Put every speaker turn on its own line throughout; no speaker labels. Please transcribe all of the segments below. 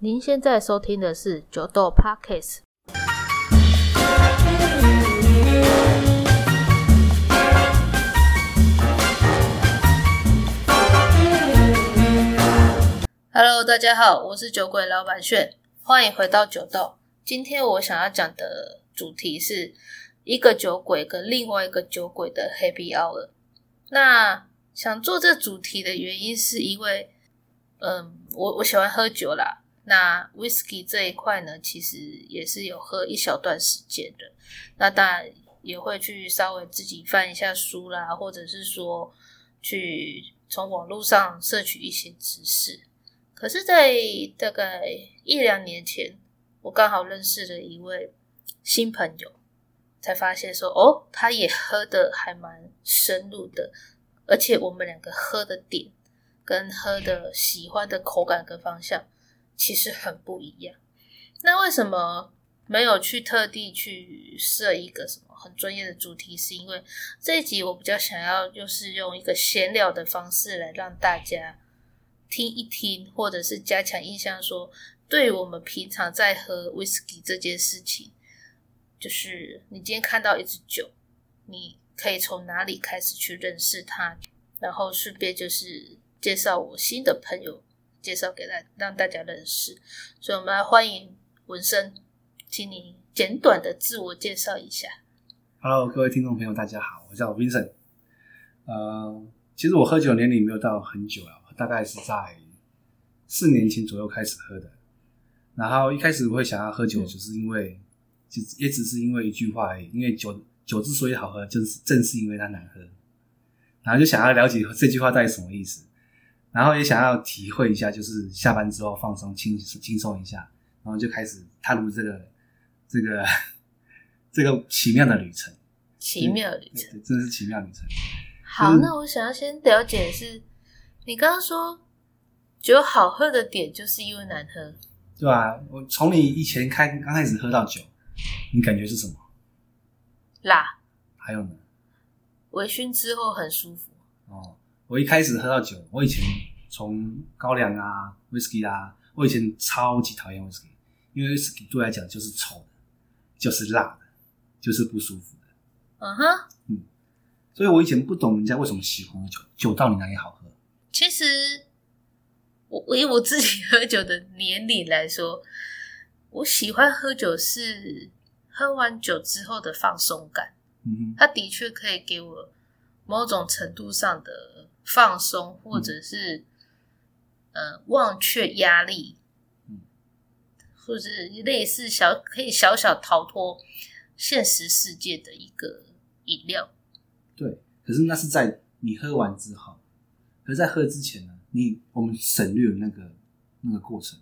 您现在收听的是九豆 Pockets。Hello，大家好，我是酒鬼老板炫，欢迎回到酒豆。今天我想要讲的主题是一个酒鬼跟另外一个酒鬼的 Happy Hour。那想做这主题的原因，是因为，嗯，我我喜欢喝酒啦。那 whisky 这一块呢，其实也是有喝一小段时间的。那当然也会去稍微自己翻一下书啦，或者是说去从网络上摄取一些知识。可是，在大概一两年前，我刚好认识了一位新朋友，才发现说，哦，他也喝的还蛮深入的，而且我们两个喝的点跟喝的喜欢的口感跟方向其实很不一样。那为什么没有去特地去设一个什么很专业的主题？是因为这一集我比较想要，就是用一个闲聊的方式来让大家听一听，或者是加强印象说，对于我们平常在喝 whisky 这件事情，就是你今天看到一支酒，你可以从哪里开始去认识它，然后顺便就是介绍我新的朋友，介绍给大让大家认识。所以我们来欢迎文生，请你简短的自我介绍一下。
Hello，各位听众朋友，大家好，我叫 Vincent。呃，其实我喝酒年龄没有到很久了，大概是在四年前左右开始喝的。然后一开始会想要喝酒，
嗯
就是因为，就也只是因为一句话而已，因为酒酒之所以好喝，就是正是因为它难喝。然后就想要了解这句话到底什么意思，然后也想要体会一下，就是下班之后放松、轻轻松一下，然后就开始踏入这个这个 这个奇妙的旅程。
奇妙的旅程。
对，真的是奇妙旅程。
好，
嗯
那我想要先了解的是，你刚刚说酒好喝的点就是因为难喝，
对啊，我从你以前开刚开始喝到酒，你感觉是什么？
辣，
还有呢？
微醺之后很舒服。
哦，我一开始喝到酒，我以前从高粱啊、whisky 啊，我以前超级讨厌 whisky，因为 whisky 对我来讲就是臭的，就是辣的，就是不舒服的。
嗯哼，
所以我以前不懂人家为什么喜欢喝酒，酒到底哪里好喝？
其实我我以我自己喝酒的年龄来说，我喜欢喝酒是喝完酒之后的放松感，
嗯哼，
它的确可以给我某种程度上的放松，或者是呃忘却压力，
嗯
或者是类似小可以小小逃脱现实世界的一个饮料。
对。可是那是在你喝完之后，可是在喝之前呢，你我们省略了那个那个过程，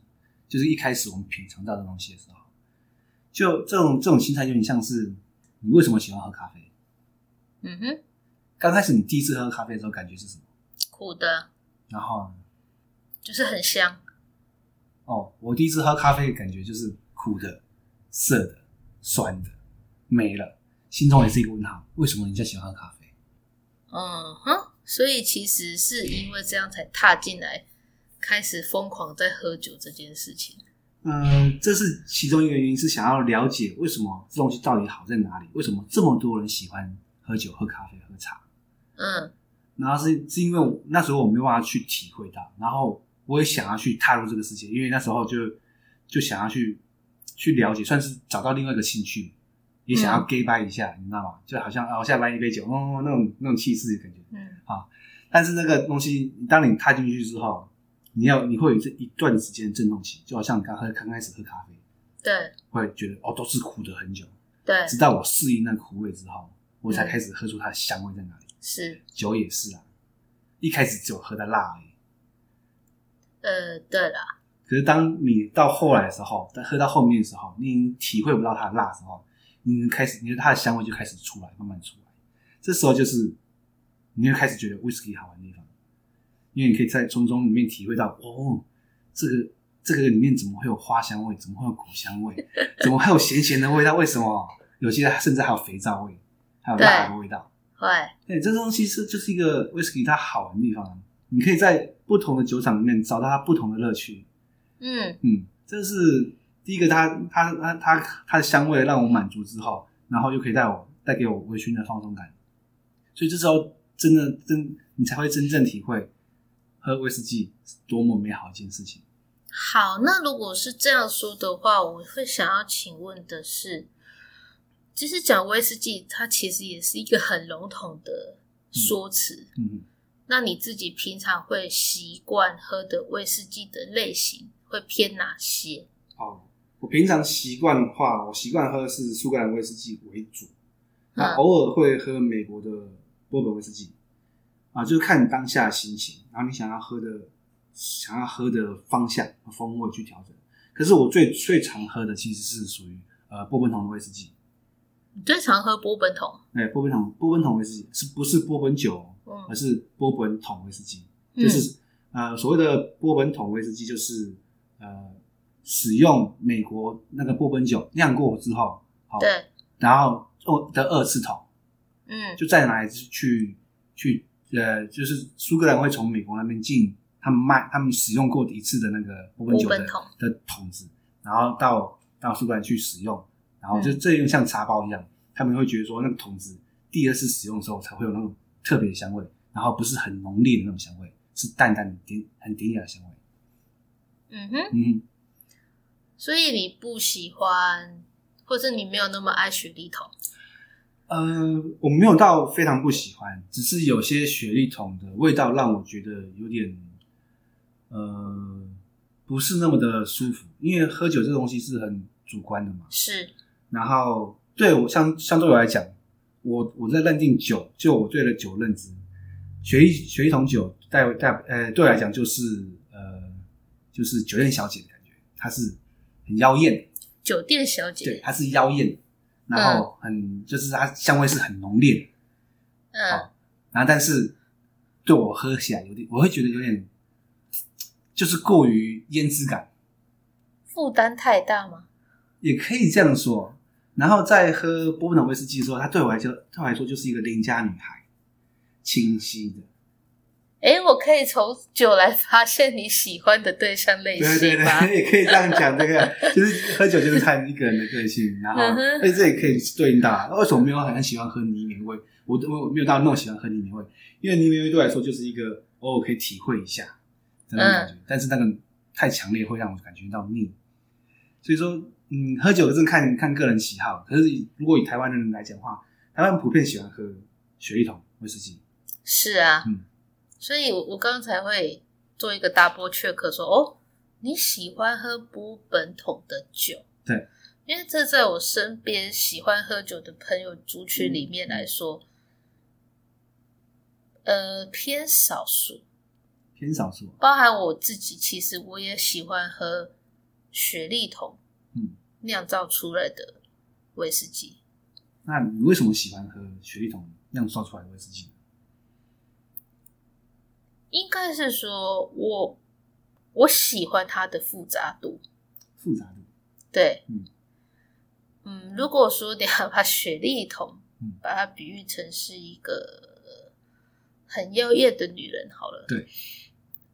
就是一开始我们品尝到的东西的时候，就这种这种心态有点像是你为什么喜欢喝咖啡？
嗯哼，
刚开始你第一次喝咖啡的时候感觉是什么？
苦的，
然后呢
就是很香。
哦，我第一次喝咖啡的感觉就是苦的、涩的、酸的，没了，心中也是一个问号。为什么人家喜欢喝咖啡？
嗯哼，所以其实是因为这样才踏进来，开始疯狂在喝酒这件事情。
嗯，这是其中一个原因，是想要了解为什么这东西到底好在哪里？为什么这么多人喜欢喝酒、喝咖啡、喝茶？
嗯
然后是是因为我那时候我没有办法去体会到，然后我也想要去踏入这个世界，因为那时候就就想要去去了解，算是找到另外一个兴趣，也想要 gay 掰一下，你知道吗？就好像哦，下班一杯酒，哦，那种那种气势的感觉。
嗯
但是那个东西，当你踏进去之后，你要你会有这一段时间的震动期，就好像你刚喝刚开始喝咖啡，
对
会觉得哦都是苦的很久，
对
直到我适应那苦味之后，我才开始喝出它的香味在哪里。
是。
酒也是啊，一开始只有喝的辣而已。
呃，对啦，
可是当你到后来的时候，但喝到后面的时候，你已经体会不到它的辣的时候，你已经开始，你的它的香味就开始出来，慢慢出来。这时候就是，你就开始觉得 whisky 好玩的地方，因为你可以在从中里面体会到，哦，这个这个里面怎么会有花香味，怎么会有苦香味，怎么会有咸咸的味道？为什么？有些甚至还有肥皂味，还有辣的味道。
会。
对，这东西是就是一个 whisky 它好玩的地方，你可以在不同的酒厂里面找到它不同的乐趣。
嗯，
嗯，这是第一个它，它它它它的香味让我满足之后，然后又可以带我带给我微醺的放松感，所以这时候真的真你才会真正体会喝威士忌是多么美好一件事情。
好，那如果是这样说的话，我会想要请问的是，其实讲威士忌，它其实也是一个很笼统的说辞。
嗯，
那你自己平常会习惯喝的威士忌的类型会偏哪些？
哦，我平常习惯的话，我习惯喝是苏格兰威士忌为主，那
嗯
偶尔会喝美国的波本威士忌，啊，就是看你当下的心情，然后你想要喝的想要喝的方向和风味去调整。可是我最最常喝的其实是属于呃波本桶的威士忌，
你最常喝波本桶，
哎，波本桶波本桶威士忌是不是波本酒哦，
嗯
而是波本桶威士忌，就是、呃所谓的波本桶威士忌，就是呃使用美国那个波本酒酿过之后，好
嗯，对，
然后做的二次桶，
嗯
就再拿来去去呃，就是苏格兰会从美国那边进他们卖他们使用过一次的那个波本酒
波
的
本桶
的桶子，然后到到苏格兰去使用，然
嗯
后就这就像茶包一样，他们会觉得说那个桶子第二次使用的时候才会有那种特别的香味，然后不是很浓烈的那种香味，是淡淡的典很典雅的香味。
嗯哼，
嗯，
所以你不喜欢，或是你没有那么爱雪梨桶，
呃，我没有到非常不喜欢，只是有些雪莉桶的味道让我觉得有点，呃，不是那么的舒服。因为喝酒这东西是很主观的嘛。
是
然后对我相相对我来讲，我我在认定酒，就我对了酒认知，雪莉雪莉桶酒带带呃对我来讲就是呃就是酒店小姐的感觉，它是很妖艳的，
酒店小
对，
姐，
它是妖艳的，然后很、就是它香味是很浓烈的。
嗯
好然后但是对我喝起来有点，我会觉得有点就是过于胭脂感，
负担太大吗？
也可以这样说。然后在喝波本岛威士忌的时候，它对我来说，对我来说就是一个邻家女孩，清晰的，
诶，我可以从酒来发现你喜欢的对象类
对对
型吗？
对，也可以这样讲。这个就是喝酒就是看一个人的个性，然后
嗯哼
而且这也可以对应到为什么没有很喜欢喝泥煤味，我我我没有到那么喜欢喝泥煤味，因为泥煤味对我来说就是一个偶尔可以体会一下的那种感觉，
嗯
但是那个太强烈会让我感觉到腻，所以说嗯，喝酒真的看看个人喜好，可是如果以台湾人来讲的话，台湾普遍喜欢喝雪莉桶威士忌，
是啊，
嗯
所以我我刚才会做一个 double check，说哦，你喜欢喝波本桶的酒，
对，
因为这在我身边喜欢喝酒的朋友族群
嗯
里面来说，呃，偏少数，
偏少数，
包含我自己，其实我也喜欢喝雪莉桶
嗯，
酿造出来的威士忌，
那你为什么喜欢喝雪莉桶酿造出来的威士忌？
应该是说我我喜欢它的复杂度，
复杂度。
对，
嗯
嗯如果说你要把雪莉桶，
嗯
把它比喻成是一个呃很妖艳的女人，好了，
对，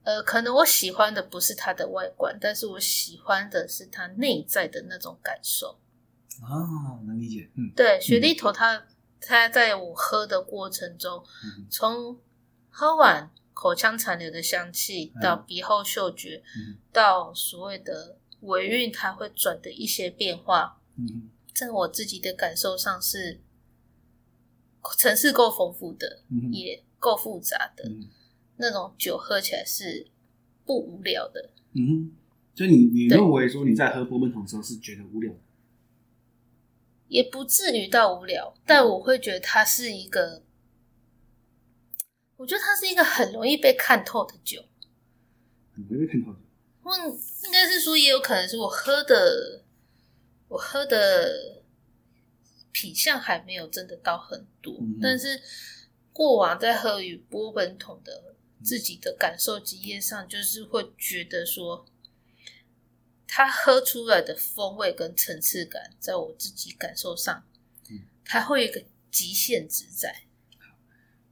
呃，可能我喜欢的不是她的外观，但是我喜欢的是她内在的那种感受。
哦，能理解，嗯，
对，雪莉桶它它在我喝的过程中，
嗯
从喝完口腔残留的香气
嗯
到鼻后嗅觉，
嗯
到所谓的尾韵，它会转的一些变化，
嗯
在我自己的感受上是，层次够丰富的，
嗯
也够复杂的，
嗯
那种酒喝起来是不无聊的。
嗯哼，所以你你
对
认为说你在喝波本桶的时候是觉得无聊的，
也不至于到无聊，但我会觉得它是一个，我觉得它是一个很容易被看透的酒。
很容易被看透的，
我应该是说，也有可能是我喝的，我喝的品相还没有真的到很多，
嗯哼
但是过往在喝与波本桶的自己的感受及验上，就是会觉得说，它喝出来的风味跟层次感，在我自己感受上
嗯，
它会有一个极限值在。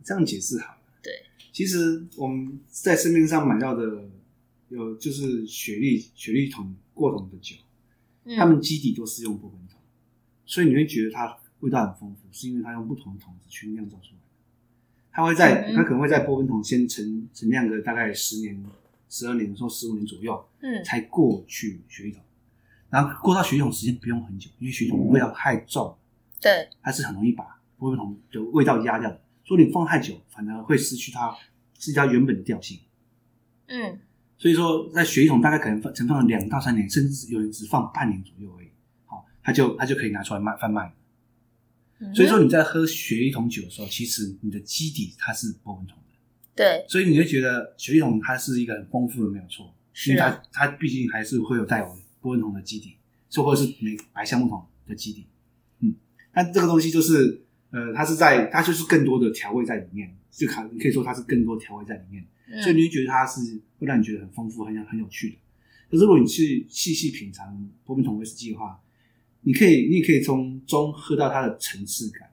这样解释好了。
对，
其实我们在市面上买到的有就是雪莉雪莉桶过桶的酒，
嗯
他们基底都是用波本桶，所以你会觉得它味道很丰富，是因为它用不同的桶子去酿造出来的。它会在
嗯
它可能会在波本桶先陈陈酿个大概十年、十二年或十五年左右，
嗯
才过去雪莉桶。然后过到雪莉桶时间不用很久，因为雪莉桶味道太重了，
对，
它是很容易把波本桶的味道压掉的。所以你放太久，反而会失去它失去它原本的调性。
嗯
所以说，在雪莉桶大概可能放存放了两到三年，甚至有人只放半年左右而已。好，它就它就可以拿出来卖贩卖。
嗯哼
所以说，你在喝雪莉桶酒的时候，其实你的基底它是波本桶的，
对
所以你会觉得雪莉桶它是一个很丰富的，没有错，
是
因为它
啊，
它毕竟还是会有带有波本桶的基底，所以或者是美白橡木桶的基底。嗯，但这个东西就是呃，它是在它就是更多的调味在里面，就可你可以说它是更多调味在里面。所以你
嗯
会觉得它是会让你觉得很丰富、很有很有趣的。可是如果你去细细品尝波本桶威士忌的话，你可以，你也可以从中喝到它的层次感，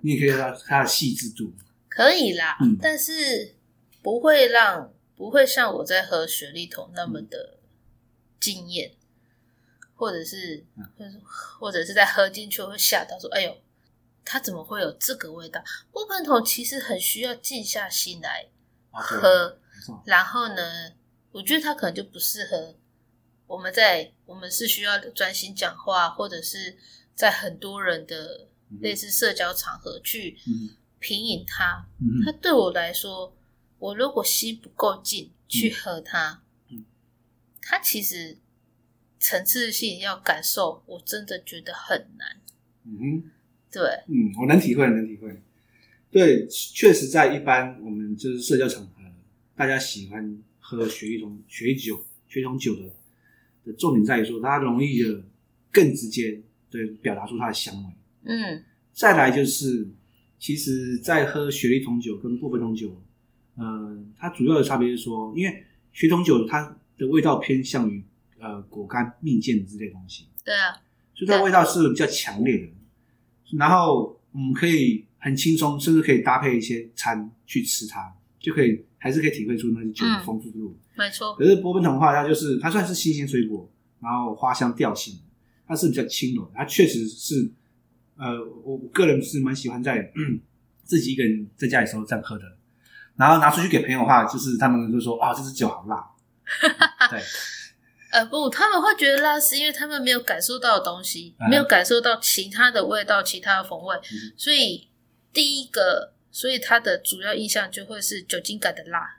你也可以喝到它的细致度。
可以啦
嗯，
但是不会让不会像我在喝雪莉桶那么的惊艳，或者是
嗯
或者是在喝进去我会吓到说，哎呦，它怎么会有这个味道？波本桶其实很需要静下心来
啊，对，
喝。
没错，
然后呢，我觉得他可能就不适合我们在我们是需要专心讲话，或者是在很多人的
嗯哼
类似社交场合去
嗯
品饮它。
嗯
它
哼，
对我来说，我如果吸不够劲去喝它
嗯，
它其实层次性要感受，我真的觉得很难。
嗯哼。
对，
嗯，我能体会，能体会。对，确实在一般我们就是社交场合，大家喜欢喝雪一桶、雪一酒、雪一桶酒的的重点在于说，它容易的更直接对表达出它的香味。
嗯
再来就是，其实，在喝雪莉桶酒跟薄荷桶酒，呃，它主要的差别是说，因为雪桶酒它的味道偏向于呃果干、蜜饯之类的东西，
对啊，
所以它的味道是比较强烈的。然后我们可以很轻松，甚至可以搭配一些餐去吃它，就可以还是可以体会出那些酒的丰富度。
没错，
可是波本桶的话，它就是它算是新鲜水果，然后花香调性，它是比较轻柔的，它确实是，呃，我我个人是蛮喜欢在嗯自己一个人在家里的时候这样喝的。然后拿出去给朋友的话，就是他们就说啊，这支酒好辣。对，
呃，不，他们会觉得辣，是因为他们没有感受到的东西，
嗯
没有感受到其他的味道、其他的风味，
哼
所以第一个，所以它的主要印象就会是酒精感的辣。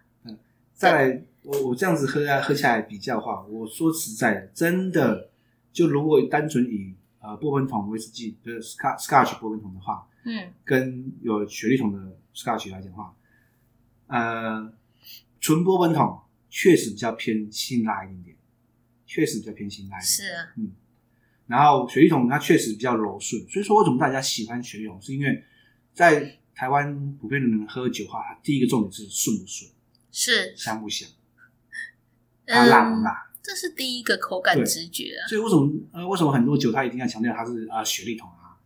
再来，我我这样子喝下喝下来比较的话，我说实在的，真的，就如果单纯以呃波本桶威士忌的 Scotch Scotch 波本桶的话，
嗯
跟有雪莉桶的 Scotch 来讲的话，呃，纯波本桶确实比较偏辛辣一点点，确实比较偏辛辣，一点。
是啊，
然后雪莉桶它确实比较柔顺，所以说为什么大家喜欢雪莉桶，是因为在台湾普遍的人喝酒的话，它第一个重点是顺不顺，
是，
香不香，它
嗯，
辣不辣。
这是第一个口感直觉啊。
所以为什么呃为什么很多酒它一定要强调它是啊、雪莉桶啊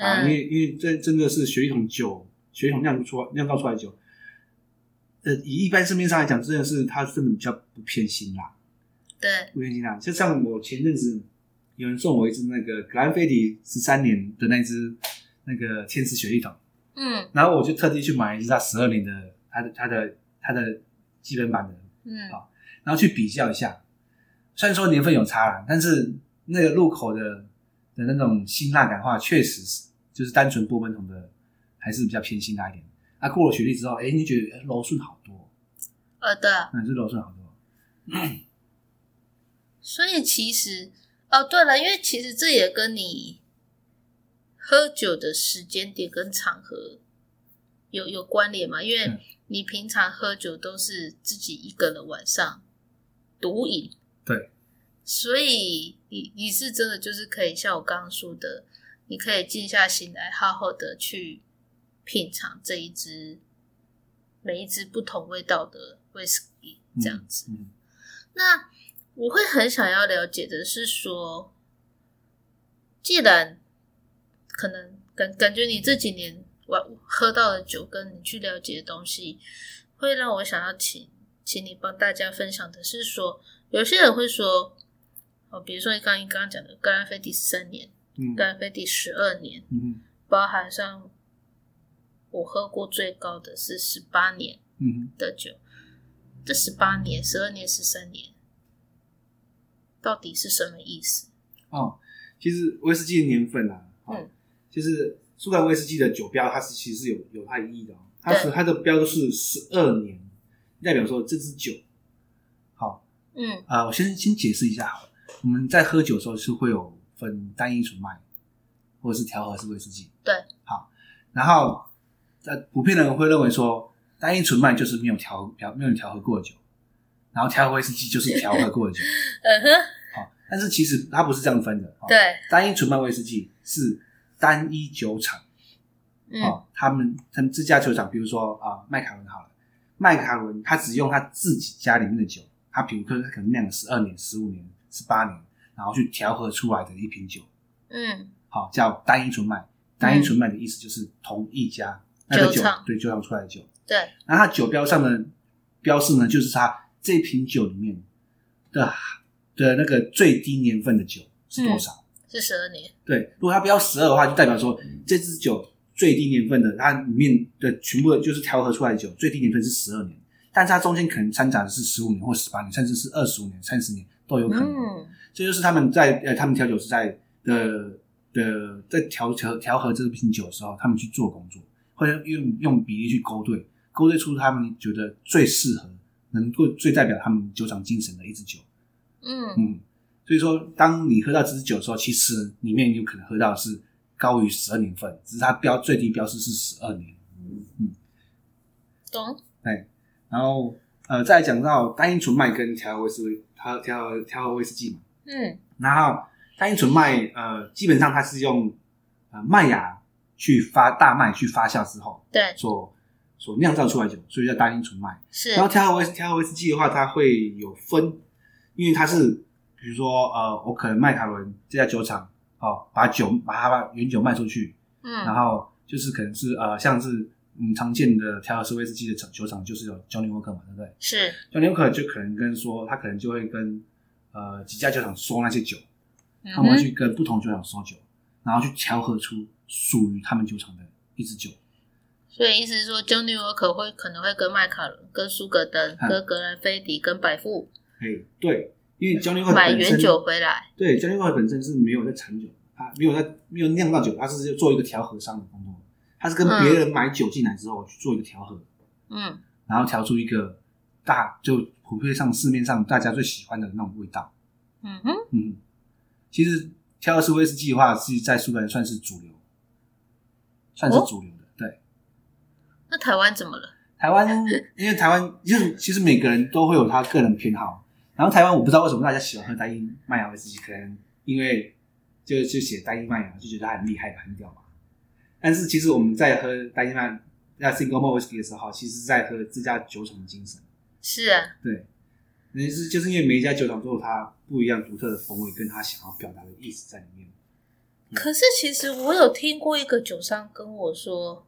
啊，因
嗯，
为因为这真的是雪莉桶酒，雪莉桶酿出来酿造出来的酒，呃，以一般市面上来讲，真的是它真的比较不偏辛辣，
对，
不偏辛辣。就像我前阵子有人送我一支那个格兰菲迪十三年的那支那个天使雪莉桶，
嗯
然后我就特地去买一支它十二年的它的它的它的基本版的
嗯
好然后去比较一下。虽然说年份有差啦，但是那个入口的的那种辛辣感的话，确实是就是单纯波本桶的还是比较偏辛辣一点。啊，过了雪莉之后，哎，你就觉得哎柔顺好多，
呃，对啊，
嗯，就柔顺好多。
所以其实，哦，对了，因为其实这也跟你喝酒的时间点跟场合有有关联嘛，因
嗯
为你平常喝酒都是自己一个人晚上独饮，
对，
所以你你是真的就是可以像我刚刚说的，你可以静下心来，好好的去品尝这一支每一支不同味道的威士忌，这样子。
嗯，
那我会很想要了解的是说，既然可能感感觉你这几年玩喝到的酒，跟你去了解的东西，会让我想要请请你帮大家分享的是说，有些人会说，哦，比如说你刚刚刚刚讲的格兰菲迪三年，
嗯
格兰菲迪十二年，
嗯
包含上我喝过最高的是十八年
嗯
的酒，这十八年、十二年、十三年，到底是什么意思？
哦，其实威士忌的年份啊，哦
嗯
就是苏格兰威士忌的酒标，它是其实是有有它的意义的哦。它
对
是它的标是十二年，代表说这支酒。好，
嗯
呃，我先先解释一下好了。我们在喝酒的时候是会有分单一纯麦，或者是调和式威士忌。
对，
好，然后呃，普遍的人会认为说，单一纯麦就是没有调调没有调和过的酒，然后调和威士忌就是调和过的酒。
嗯哼，
好，但是其实它不是这样分的。哦
对，
单一纯麦威士忌是单一酒厂啊、
嗯
哦他们他们这家酒厂，比如说啊、麦卡伦好了，麦卡伦他只用他自己家里面的酒，他比如说他可能酿了十二年、十五年、十八年，然后去调和出来的一瓶酒，
嗯
好、叫单一纯麦。单一纯麦的意思就是同一家、那个
嗯酒
酒
厂
对酒厂出来的酒，
对，
那它酒标上的标示呢，就是它这瓶酒里面的的那个最低年份的酒是多少。
是十二年，
对，如果它标十二的话，就代表说这支酒最低年份的，它里面的全部的就是调和出来的酒，最低年份是十二年，但是它中间可能掺杂的是十五年或十八年，甚至是二十五年、三十年都有可能。
嗯
这就是他们在呃，他们调酒师在的的在调调调和这瓶酒的时候，他们去做工作，或者用用比例去勾兑，勾兑出他们觉得最适合，能够最代表他们酒厂精神的一支酒。
嗯
嗯，所以说，当你喝到这支酒的时候，其实里面有可能喝到的是高于十二年份，只是它标最低标示是十二年。嗯
懂，
然后呃，再来讲到单一纯麦跟调和威士调调和调和威士忌嘛，
嗯
然后单一纯麦，呃，基本上它是用呃麦芽去发大麦去发酵之后
对，
所所酿造出来的酒，所以叫单一纯麦。
是
然后调和威调和威士忌的话，它会有分，因为它是比如说呃，我可能麦卡伦这家酒厂哦，把酒把它把原酒卖出去，然
嗯
后就是可能是呃，像是嗯常见的调和式威士忌的酒厂就是有 Johnny Walker 嘛，对不对
是
？Johnny Walker 就可能跟说他可能就会跟呃几家酒厂收那些酒。
嗯
他们会
哼
去跟不同酒厂收酒，然后去调和出属于他们酒厂的一支酒。
所以意思是说，Johnny Walker 会可能会跟麦卡伦、跟苏格登、
嗯
跟格兰菲迪、跟百富
哎，对，因为 Johnny Walker
买
本身
原酒回来，
对 Johnny Walker 本身是没有在产酒，他没有在没有酿造酒，他是做一个调和商的工作，他是跟别人买酒进来之后去做一个调和，
嗯
然后调出一个大就普遍上市面上大家最喜欢的那种味道。
嗯哼，
嗯，其实调和式威士忌的话是在苏格兰算是主流，算是
哦
主流的，对。
那台湾怎么了？
台湾，因为台湾就是其实每个人都会有他个人偏好。然后台湾我不知道为什么大家喜欢喝单一麦芽威士忌，可能因为就就写单一麦芽就觉得它很厉害很屌嘛。但是其实我们在喝单一麦那 single malt whisky 的时候，其实是在喝自家酒厂的精神。
是啊，
对，也是就是因为每一家酒厂都有它不一样独特的风味，跟他想要表达的意思在里面。
可是其实我有听过一个酒商跟我说，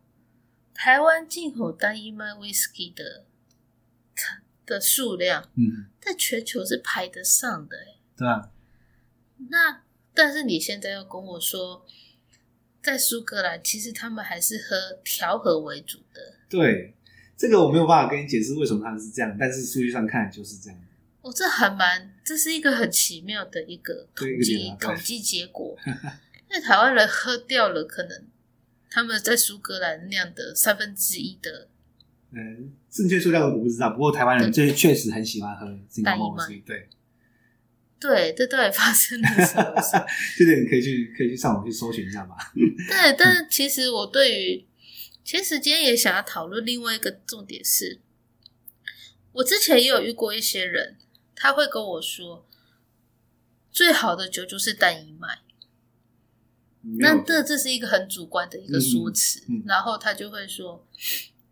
台湾进口单一麦 whisky 的的数量
嗯，
在全球是排得上的、欸
对啊吧？
那但是你现在要跟我说，在苏格兰其实他们还是喝调和为主的。
对，这个我没有办法跟你解释为什么它是这样，但是数据上看就是这样。
哦，这还蛮，这是一个很奇妙的一个统
对一个
计
点啊对
统计结果。 因为台湾人喝掉了，可能他们在苏格兰酿的三分之一的
嗯，正确数量我不知道，不过台湾人这确实很喜欢喝 single
单一
malt
吗
whisky，对，
对，这到底发生了什么事？
这点你可以去可以去上网去搜寻一下吧。
对，但是其实我对于，其实今天也想要讨论另外一个重点是，我之前也有遇过一些人，他会跟我说，最好的酒就是单一麦，那
没有嗯
这这是一个很主观的一个说辞，
嗯嗯
然后他就会说，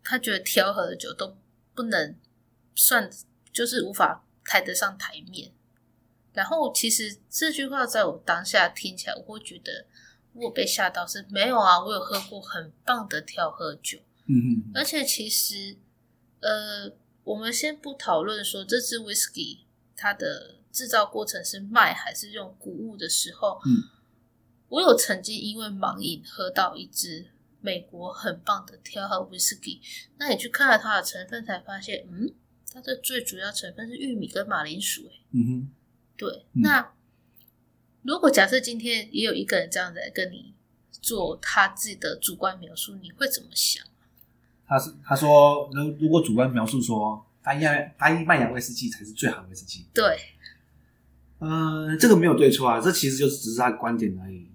他觉得调和的酒都不能算，就是无法抬得上台面。然后其实这句话在我当下听起来，我会觉得我被吓到是没有啊，我有喝过很棒的调和酒，
嗯嗯，
而且其实呃，我们先不讨论说这支 whisky 它的制造过程是卖还是用谷物的时候，
嗯，
我有曾经因为盲饮喝到一支美国很棒的调和 whisky，那你去看了它的成分才发现，嗯，它的最主要成分是玉米跟马铃薯、欸，
嗯哼，
对，
嗯
那如果假设今天也有一个人这样子来跟你做他自己的主观描述，你会怎么想？
他是他说，如如果主观描述说，单一单一麦芽威士忌才是最好的威士忌，
对，
嗯，这个没有对错啊，这其实就只是他的观点而已。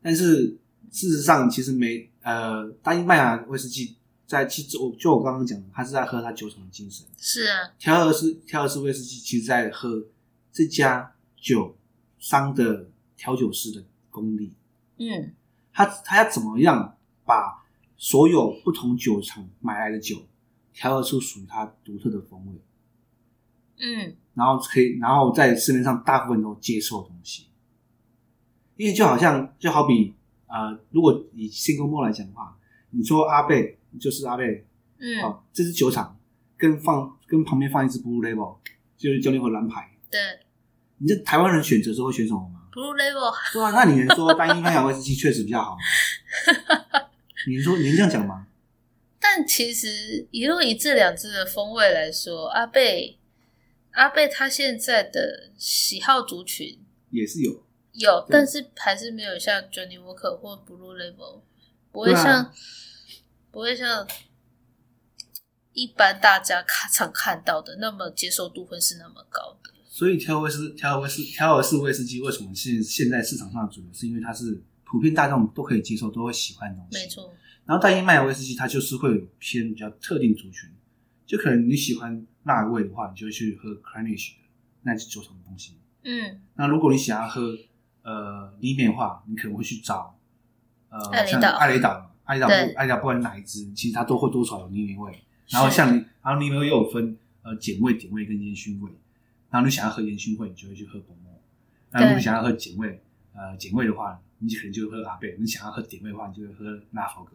但是事实上，其实没呃，单一麦芽威士忌在其实我就我刚刚讲的，他是在喝他酒厂的精神。
是啊，
调和式调和式威士忌，其实在喝这家酒商的调酒师的功力。
嗯，
他他要怎么样把所有不同酒厂买来的酒调和出属于它独特的风味，
嗯，
然后可以，然后在市面上大部分都接受的东西。因为就好像就好比呃，如果以新公梦来讲的话，你说阿贝就是阿贝，
嗯，
哦，这支酒厂跟放跟旁边放一支 Blue Label 就是九零和蓝牌，
对
你这台湾人选择是会选什么吗？
，Blue Label，
对啊，那你 能说单一麦芽威士忌确实比较好吗？你能说你能这样讲吗？
但其实以如果以这两支的风味来说，阿贝，阿贝他现在的喜好族群
也是有，
有，
对
但是还是没有像 Johnny Walker 或 Blue Label，不会
对啊
像、不会像一般大家看常看到的那么接受度会是那么高的。
所以调和威士调和威士调和式威士忌为什么现现在市场上的主流，是因为它是普遍大众都可以接受、都会喜欢的东西。
没。错，
然后单一麦芽威士忌它就是会有偏比较特定族群，就可能你喜欢辣味的话，你就会去喝 Cranish 的那支酒厂的东西。
嗯，
那如果你想要喝呃里面的话，你可能会去找呃
艾雷岛
像艾雷岛、艾雷岛
对
不艾雷岛不管是哪一支，其实它都会多少有泥煤味。
是
然后像你，然后泥煤味又有分呃碱味、碱味跟烟熏味。然后你想要喝烟熏味，你就会去喝薄膜。那如果
对
你想要喝碱味，呃碱味的话，你可能就会喝阿贝；你想要喝碱味的话，你就会喝纳佛格。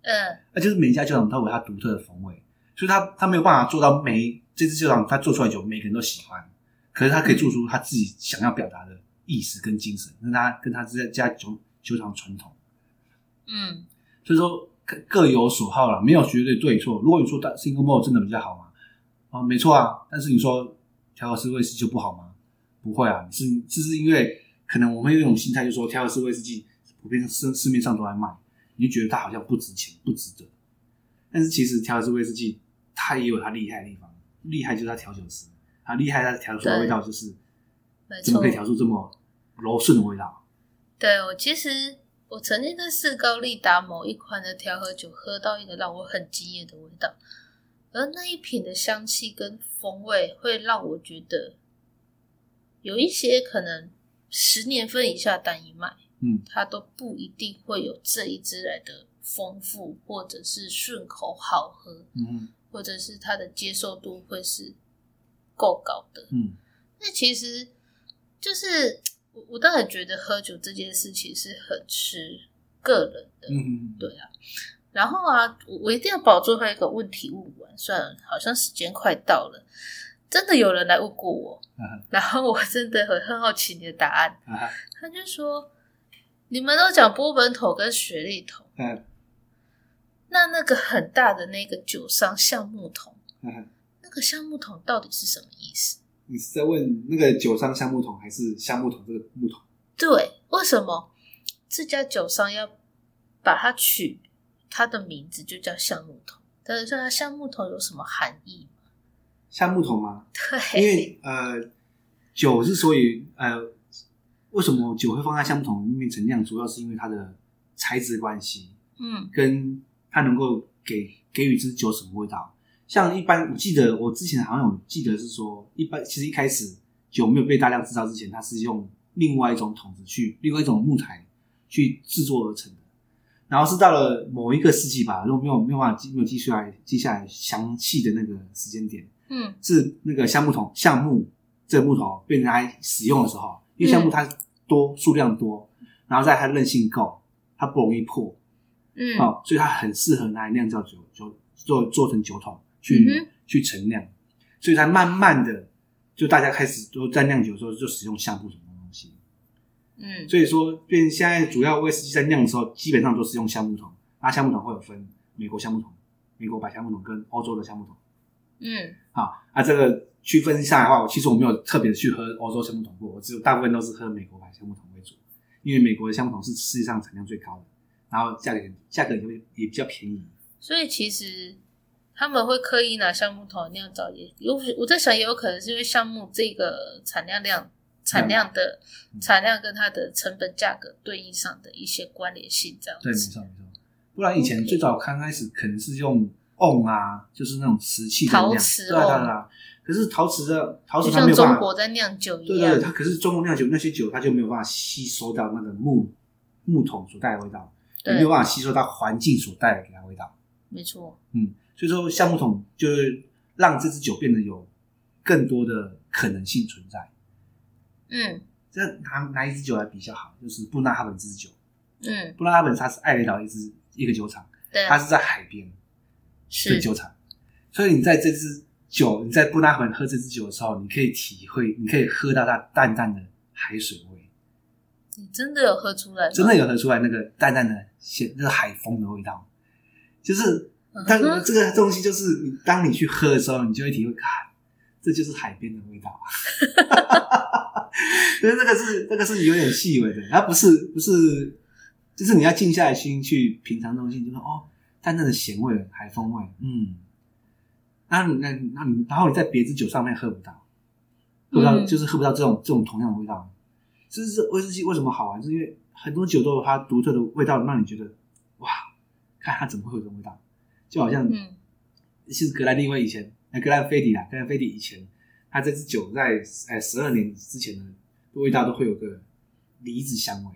嗯，
那就是每一家酒厂它有它独特的风味，所以它它没有办法做到每一这支酒厂它做出来的酒每个人都喜欢，可是它可以做出它自己想要表达的意思跟精神，跟它跟它这家酒酒厂传统，
嗯，
所以说各各有所好了，没有绝对对错。如果你说它 single malt 真的比较好吗？啊，没错啊，但是你说调和式威士忌就不好吗？不会啊，是这是因为可能我们有一种心态，就是说调和式威士忌普遍市市面上都在卖，你就觉得它好像不值钱，不值得。但是其实调和式威士忌它也有它厉害的地方，厉害就是它调酒师，它厉害它调出来的味道就是
没
怎么
错
可以。调出这么柔顺的味道？
对我其实我曾经在士高利达某一款的调和酒喝到一个让我很惊艳的味道，而那一瓶的香气跟风味会让我觉得有一些可能十年份以下单一麦，
嗯，
它都不一定会有这一支来的丰富，或者是顺口好喝，
嗯哼
或者是它的接受度会是够高的。
嗯
那其实就是我，我当然觉得喝酒这件事情是很吃个人的。
嗯哼，
对然后啊，我我一定要把我最后一个问题问完，虽然好像时间快到了，真的有人来问过我，
嗯哼
然后我真的很很好奇你的答案。
啊哈，
他就说，你们都讲波本桶跟雪莉桶，
嗯
那那个很大的那个酒商橡木桶，
嗯哼。
那个橡木桶到底是什么意思？
你是在问那个酒商橡木桶，还是橡木桶这个木桶？
对，为什么这家酒商要把它取它的名字就叫橡木桶？但是它橡木桶有什么含义吗？
橡木桶吗？
对，
因为呃，酒之所以呃，为什么酒会放在橡木桶里面陈酿，主要是因为它的材质关系，
嗯
跟它能够给给予这支酒什么味道。像一般，我记得我之前好像有记得是说，一般其实一开始酒没有被大量制造之前，它是用另外一种桶子去，另外一种木材去制作而成的。然后是到了某一个世纪吧，如果没有没有办法记没有记下来记下来详细的那个时间点，
嗯
是那个橡木桶橡木这个木头被拿来使用的时候，因为橡木它多数量多，然后在它韧性够，它不容易破，
嗯，
哦，所以它很适合拿来酿造酒酒做做成酒桶
嗯
去、去陈酿。所以才慢慢的就大家开始都在酿酒的时候就使用橡木什么东西，
嗯，
所以说变现在主要威士忌在酿的时候基本上都是用橡木桶，那橡木桶会有分美国橡木桶、美国白橡木桶跟欧洲的橡木桶。
嗯
啊啊，这个区分下来的话，我其实我没有特别去喝欧洲橡木桶过，我只有大部分都是喝美国牌橡木桶为主，因为美国的橡木桶是世界上产量最高的，然后价格也价格也会也比较便宜。
所以其实他们会刻意拿橡木桶酿造，也有我在想，也有可能是因为橡木这个产量量产量的、
嗯
产量跟它的成本价格对应上的一些关联性这样
对，没
子。
错没错。不然以前最早刚开始可能是用瓮啊，就是那种瓷器的
陶
酿
瓷
对啊对啊
瓮
对啊。可是陶瓷的陶
就
瓷它
像
没有办
中
法，
国在酿酒一
对对
样
对，，它可是中国酿酒那些酒它就没有办法吸收到那个木木桶所带的味道，也
对
没有办法吸收到环境所带来给它的味道。
没错，
嗯，所以说橡木桶就是让这支酒变得有更多的可能性存在。
嗯
这拿拿一支酒来比较好，就是布纳哈本这支酒。
嗯，
布纳哈本它是爱雷岛一支一个酒厂，
对
它
啊，
是在海边的
是
酒厂，所以你在这支酒，你在布纳哈本喝这支酒的时候，你可以体会，你可以喝到它淡淡的海水味，
你真的有喝出来吗？嗯
真的有喝出来那个淡淡的咸，那个海风的味道，就是
嗯
当
哼，
这个东西就是你当你去喝的时候，你就会体会，啊，这就是海边的味道。 因为那个是那个是有点细微的，它不是不是，就是你要静下来心去品尝东西，你就说哦，淡淡的咸味、海风味，嗯，那你那你那你，然后你在别支酒上面喝不到，喝不到、
嗯
就是喝不到这种这种同样的味道。就是威士忌为什么好玩，就是因为很多酒都有它独特的味道，让你觉得哇，看它怎么会有这种味道，就好像
嗯
其实格兰利威以前，呃，格兰菲迪啊，格兰菲迪以前，它这支酒在呃十二年之前呢，味道都会有个梨子香味。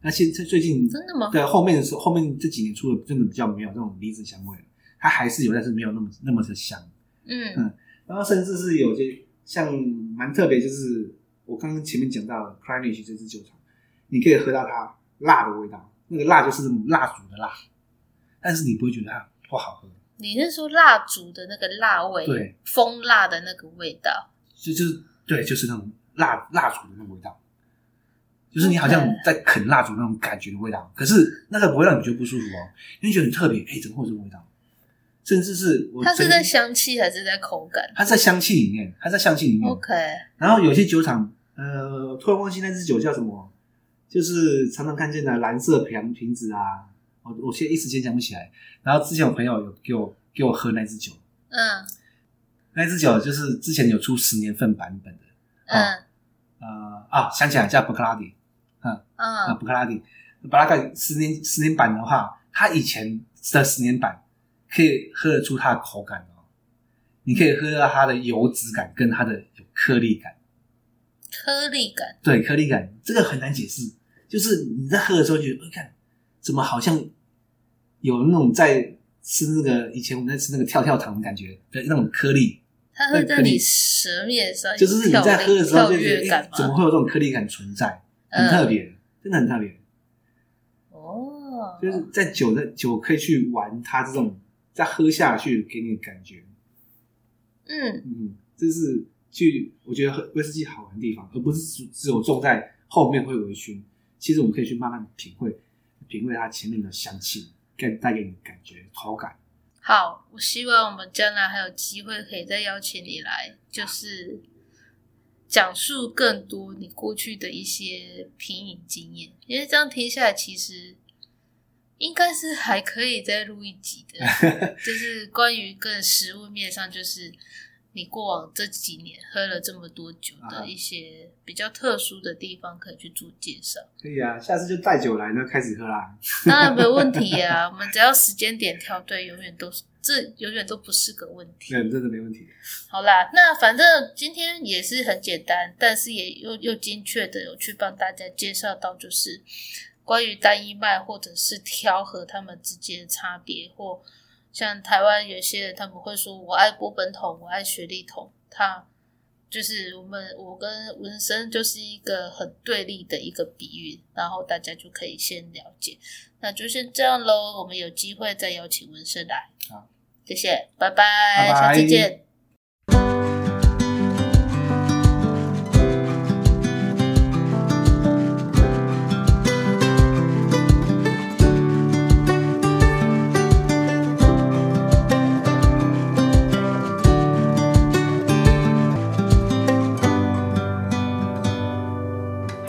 那现在最近
真的吗？
对后面的时候，后面这几年出的真的比较没有这种梨子香味了，它还是有，但是没有那么那么的香。
嗯
然后甚至是有些像蛮特别，就是我刚刚前面讲到 c r a n i s h 这支酒厂，你可以喝到它辣的味道，那个辣就是蜡烛的辣，但是你不会觉得它不好喝。
你是说蜡烛的那个辣味，
对，
蜂蜡的那个味道，
就就是对，就是那种蜡蜡烛的那种味道，就是你好像
OK
在啃蜡烛那种感觉的味道。可是那个不会让你觉得不舒服哦，你会觉得很特别，哎，怎么会有这种味道？甚至是我
它是
曾
在香气还是在口感
它在香气里面，它在香气里面。
？OK，
然后有些酒厂，呃，突然忘记那支酒叫什么，就是常常看见的蓝色瓶瓶子啊，我我现在一时间想不起来。然后之前我朋友有给我给我喝那支酒，
嗯
那支酒就是之前有出十年份版本的，
嗯
呃啊，想起来叫布克拉迪，啊，
嗯
布克拉迪，布拉格十年十年版的话，它以前的十年版可以喝得出它的口感哦，你可以喝到它的油脂感跟它的有颗粒感，
颗粒感，
对，颗粒感这个很难解释，就是你在喝的时候觉得，哎看怎么好像有那种在吃那个以前我们在吃那个跳跳糖的感觉的那种颗粒，
它会在
那颗粒
你舌面上，
就是你在喝的时候
嗯跳
就觉
跃
得，
感
哎
吗？
怎么会有这种颗粒感存在？很
嗯
特别，真的很特别。
哦，
就是在酒的酒可以去玩它这种，再喝下去给你的感觉，
嗯
嗯，这是去我觉得喝威士忌好玩的地方，而不是只只有重在后面会微醺。其实我们可以去慢慢品味，品味它前面的香气，带带给你的感觉、口感。
好，我希望我们将来还有机会可以再邀请你来，就是讲述更多你过去的一些品饮经验，因为这样听下来，其实应该是还可以再录一集的，就是关于更实物面上，就是你过往这几年喝了这么多酒的一些比较特殊的地方，可以去做介绍。
可以啊，下次就带酒来，那开始喝啦。
当然没问题啊，我们只要时间点挑对，永远都是这永远都不是个问题。
对，真的 没问题。
好啦，那反正今天也是很简单，但是也又又精确的有去帮大家介绍到，就是关于单一麦或者是调和它们之间的差别，或像台湾有些人他们会说我爱波本桶，我爱雪莉桶，他就是我们我跟文生就是一个很对立的一个比喻，然后大家就可以先了解。那就先这样喽，我们有机会再邀请文生来。
好，
谢谢，拜
拜拜
下次见。